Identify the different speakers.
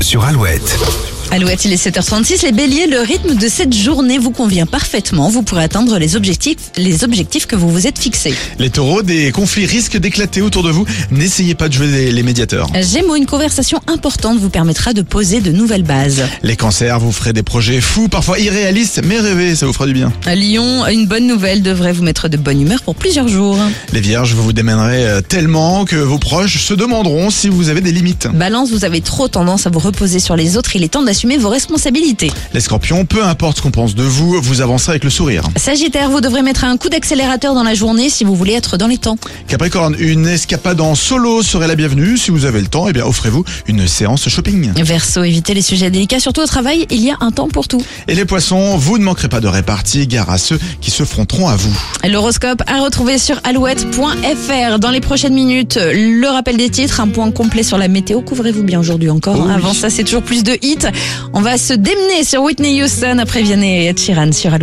Speaker 1: sur Alouette.
Speaker 2: Alouette, il est 7h36. Les béliers, le rythme de cette journée vous convient parfaitement. Vous pourrez atteindre les objectifs, les objectifs que vous vous êtes fixés.
Speaker 3: Les taureaux, des conflits risquent d'éclater autour de vous. N'essayez pas de jouer les, les médiateurs.
Speaker 2: Gémeaux, une conversation importante vous permettra de poser de nouvelles bases.
Speaker 3: Les cancers, vous ferez des projets fous, parfois irréalistes, mais rêvez, ça vous fera du bien.
Speaker 2: À Lyon, une bonne nouvelle devrait vous mettre de bonne humeur pour plusieurs jours.
Speaker 3: Les vierges, vous vous démènerez euh, tellement que vos proches se demanderont si vous avez des limites.
Speaker 2: Balance, vous avez trop tendance à vous reposer sur les autres. Il est temps d'assumer vos responsabilités.
Speaker 3: Les scorpions, peu importe ce qu'on pense de vous, vous avancerez avec le sourire.
Speaker 2: Sagittaire, vous devrez mettre un coup d'accélérateur dans la journée si vous voulez être dans les temps.
Speaker 3: Capricorne, une escapade en solo serait la bienvenue. Si vous avez le temps, eh bien offrez-vous une séance shopping.
Speaker 2: Verseau, évitez les sujets délicats, surtout au travail. Il y a un temps pour tout.
Speaker 3: Et les poissons, vous ne manquerez pas de répartie, gare à ceux qui se fronteront à vous.
Speaker 2: L'horoscope à retrouver sur alouette.fr. Dans les prochaines minutes, le rappel des titres, un point complet sur la météo. Couvrez-vous bien aujourd'hui encore.
Speaker 3: Oh
Speaker 2: hein.
Speaker 3: oui.
Speaker 2: Avant ça, c'est toujours plus de hits. On va se démener sur Whitney Houston après Vianney et Ed Sheeran sur Alouette.